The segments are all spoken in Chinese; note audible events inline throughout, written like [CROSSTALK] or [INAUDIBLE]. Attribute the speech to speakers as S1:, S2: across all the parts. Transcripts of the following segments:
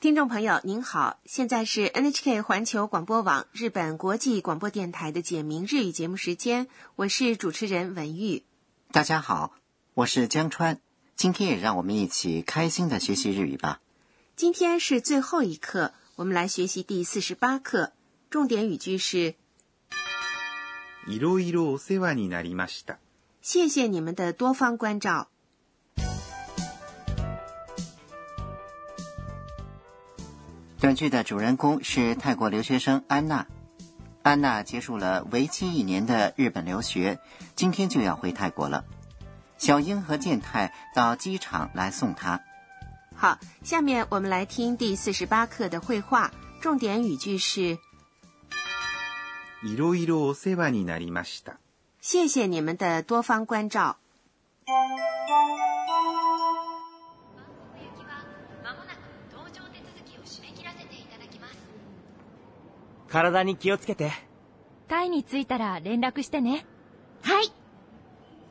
S1: 听众朋友您好，现在是 NHK 环球广播网日本国际广播电台的简明日语节目时间，我是主持人文玉。
S2: 大家好，我是江川。今天也让我们一起开心的学习日语吧。
S1: 今天是最后一课，我们来学习第四十八课，重点语句是
S3: いろいろお世話になりました。
S1: “谢谢你们的多方关照”。
S2: 短剧的主人公是泰国留学生安娜。安娜结束了为期一年的日本留学，今天就要回泰国了。小英和健太到机场来送她。
S1: 好，下面我们来听第四十八课的绘画，重点语句是
S3: いろいろお世話になりました。
S1: “谢谢你们的多方关照”。
S4: 行きはまもなく搭乗手続きを締め切らせていただきます
S5: 体に気をつけて。
S6: タイに着いたら連絡してね。
S7: はい。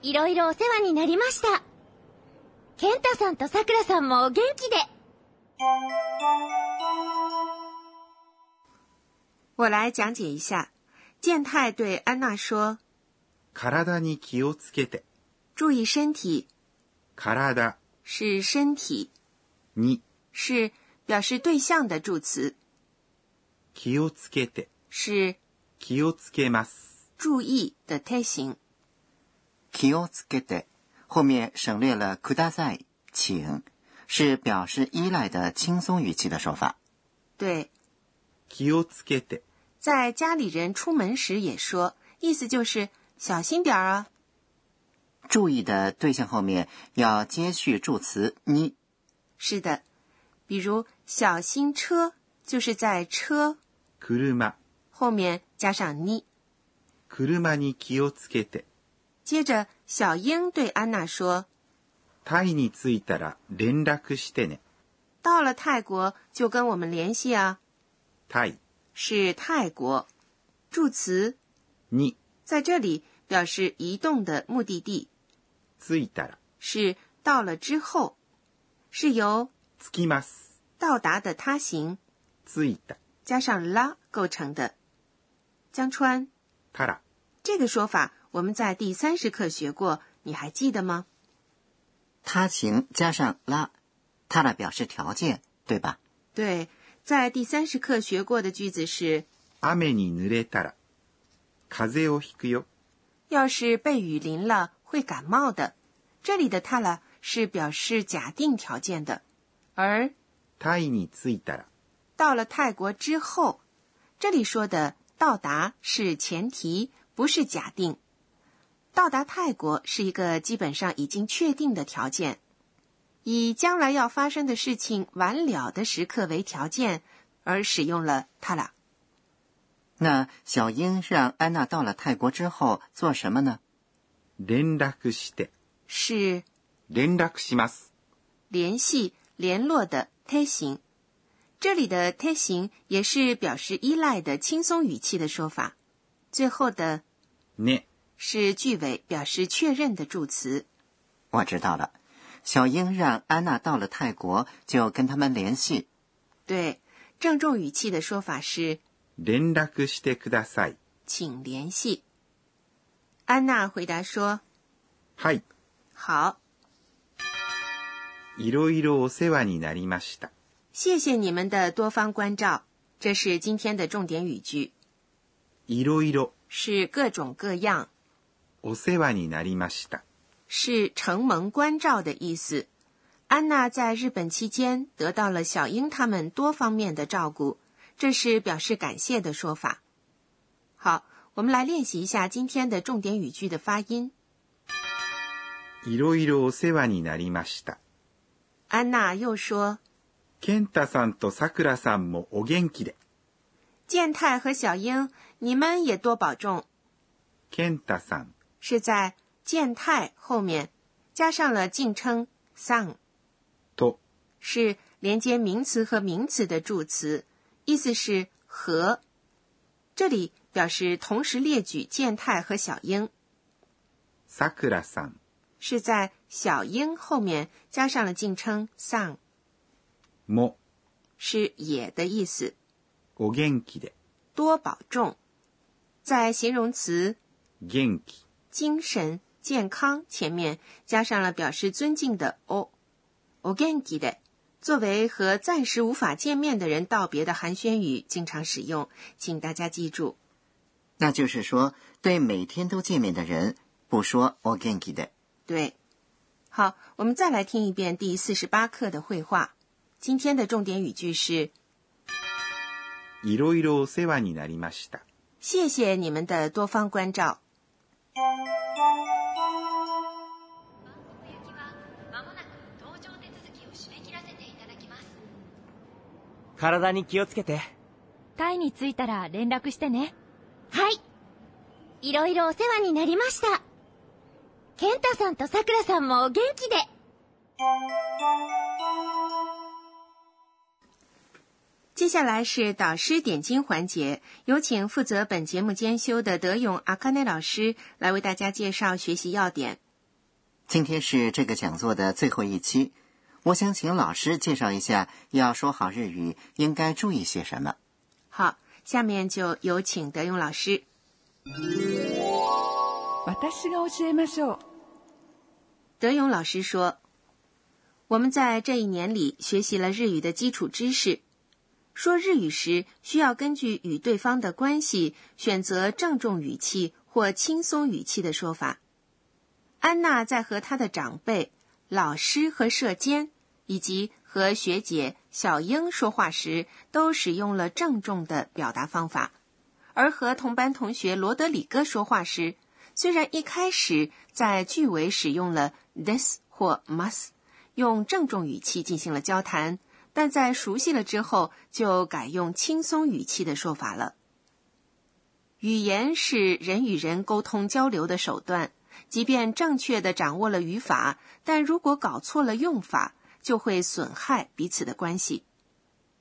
S7: いろいろお世話になりました。健太さんとさくらさんもお元気で。
S1: 我来讲解一下。健太对安娜说
S3: 体に気をつけて。：“
S1: 注意身体
S3: 体
S1: 是身体，
S3: に
S1: 是表示对象的助词，
S3: 気をつけて。
S1: 是
S3: 気をつけます。
S1: 注意的泰形。
S2: 気をつけて后面省略了ください，请，是表示依赖的轻松语气的说法。
S1: 对，
S3: 気をつけて。
S1: 在家里人出门时也说，意思就是小心点儿啊。
S2: 注意的对象后面要接续助词你。
S1: 是的，比如小心车，就是在车
S3: 車。
S1: 后面加上你。
S3: 車に気をつけて。
S1: 接着，小英对安娜说
S3: タイに着いたら連絡してね。：“
S1: 到了泰国就跟我们联系啊。
S3: タイ”
S1: 是泰国，助词
S3: に
S1: 在这里表示移动的目的地
S3: 着いたら
S1: 是到了之后，是由
S3: 着きます。
S1: 到达的他形
S3: 着いた
S1: 加上啦构成的。江川，
S3: たら
S1: 这个说法我们在第三十课学过，你还记得吗？
S2: 他行加上拉，他拉表示条件，对吧？
S1: 对，在第三十课学过的句子是：
S3: 雨に濡れたら風邪をひくよ。
S1: 要是被雨淋了会感冒的。这里的他了是表示假定条件的，而
S3: タイに着いたら
S1: 到了泰国之后，这里说的到达是前提，不是假定。到达泰国是一个基本上已经确定的条件，以将来要发生的事情完了的时刻为条件，而使用了它啦。
S2: 那小英让安娜到了泰国之后做什么呢？
S3: 連絡して。
S1: 是
S3: 連絡します。
S1: 联系、联络的推形。这里的推形也是表示依赖的轻松语气的说法。最后的
S3: ね。
S1: 是句尾，表示确认的助词。
S2: 我知道了，小英让安娜到了泰国就跟他们联系。
S1: 对，郑重语气的说法是
S3: 連絡してください。
S1: “请联系”。安娜回答说
S3: はい。：“
S1: 好，
S3: いろいろお世話になりました。
S1: 谢谢你们的多方关照。”这是今天的重点语句，
S3: いろいろ
S1: 是各种各样，
S3: お世話になりました。
S1: 是承蒙关照的意思。安娜在日本期间得到了小英他们多方面的照顾，这是表示感谢的说法。好，我们来练习一下今天的重点语句的发音。
S3: いろいろお世話になりました。
S1: 安娜又说。
S3: 健太さんとさくらさんもお元気で。
S1: 健太和小英，你们也多保重。
S3: 健太さん、
S1: 是在健太后面加上了敬称 “san”，
S3: と、
S1: 是连接名词和名词的助词，意思是和。这里表示同时列举健太和小英，
S3: さくらさん
S1: 是在小英后面加上了敬称 “san”，
S3: も
S1: 是也的意思。
S3: お元気で、
S1: 多保重。在形容词
S3: 元気、
S1: 精神健康前面加上了表示尊敬的お。お元気で作为和暂时无法见面的人道别的寒暄语，经常使用，请大家记住。
S2: 那就是说，对每天都见面的人不说 o g e n k i 的。
S1: 对，好，我们再来听一遍第四十八课的绘画。今天的重点语句是：
S3: いろいろお世話になりました。
S1: 谢谢你们的多方关照。
S4: バンコク行きはまもなく搭乗手続きを締め切らせていただきます
S5: 体に気をつけて。
S6: タイに着いたら連絡してね。
S7: はい。いろいろお世話になりました。ケンタさんとさくらさんもお元気で。
S1: 接下来是导师点睛环节，有请负责本节目监修的德勇阿卡内老师来为大家介绍学习要点。
S2: 今天是这个讲座的最后一期，我想请老师介绍一下，要说好日语应该注意些什么。
S1: 好，下面就有请德勇老师。
S8: 私が教えましょう
S1: 德勇老师说：“我们在这一年里学习了日语的基础知识。说日语时，需要根据与对方的关系选择郑重语气或轻松语气的说法。安娜在和她的长辈、老师和社监，以及和学姐小英说话时，都使用了郑重的表达方法。而和同班同学罗德里戈说话时，虽然一开始在句尾使用了 this 或 must，用郑重语气进行了交谈，但在熟悉了之后，就改用轻松语气的说法了。语言是人与人沟通交流的手段，即便正确的掌握了语法，但如果搞错了用法，就会损害彼此的关系。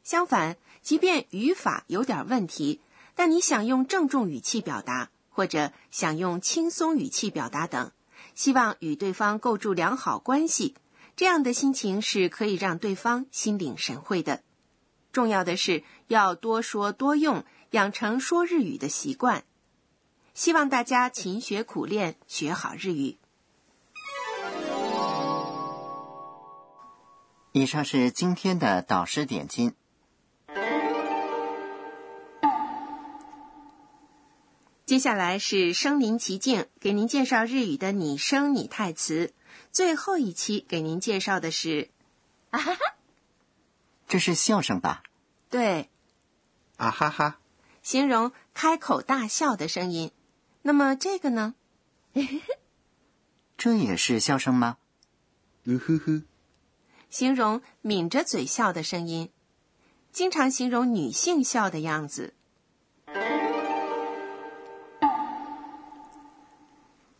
S1: 相反，即便语法有点问题，但你想用郑重语气表达，或者想用轻松语气表达等，希望与对方构筑良好关系，这样的心情是可以让对方心领神会的。重要的是要多说多用，养成说日语的习惯。希望大家勤学苦练，学好日语。
S2: 以上是今天的导师点睛。
S1: 接下来是身临其境，给您介绍日语的拟声拟态词。最后一期给您介绍的是，
S2: 这是笑声吧？
S1: 对，
S3: あはは、
S1: 形容开口大笑的声音。那么这个呢？
S2: 这也是笑声吗？
S3: うふふ、
S1: 形容抿着嘴笑的声音，经常形容女性笑的样子。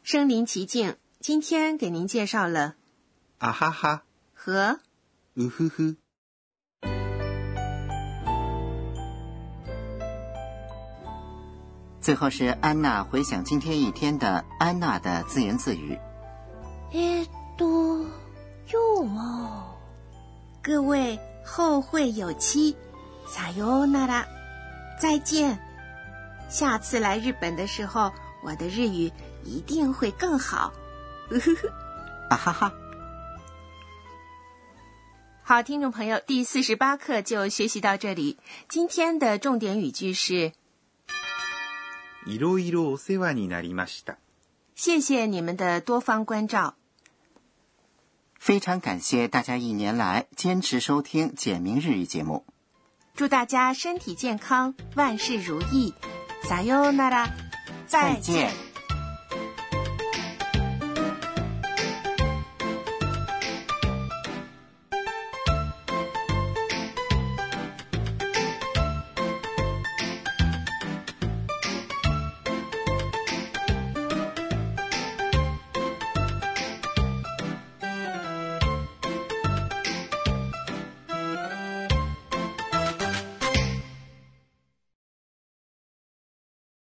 S1: 身临其境，今天给您介绍了
S3: あはは、
S1: 和
S3: うふふ。
S2: 最后是安娜回想今天一天的安娜的自言自语。
S7: えっと、今日は、
S1: 各位后会有期，撒由那拉，再见。下次来日本的时候，我的日语一定会更好。
S2: [LAUGHS] 啊哈哈。
S1: 好，听众朋友，第四十八课就学习到这里。今天的重点语句是：
S3: いろいろお世話になりました。
S1: 谢谢你们的多方关照。
S2: 非常感谢大家一年来坚持收听简明日语节目。
S1: 祝大家身体健康，万事如意。撒由那拉，
S2: 再见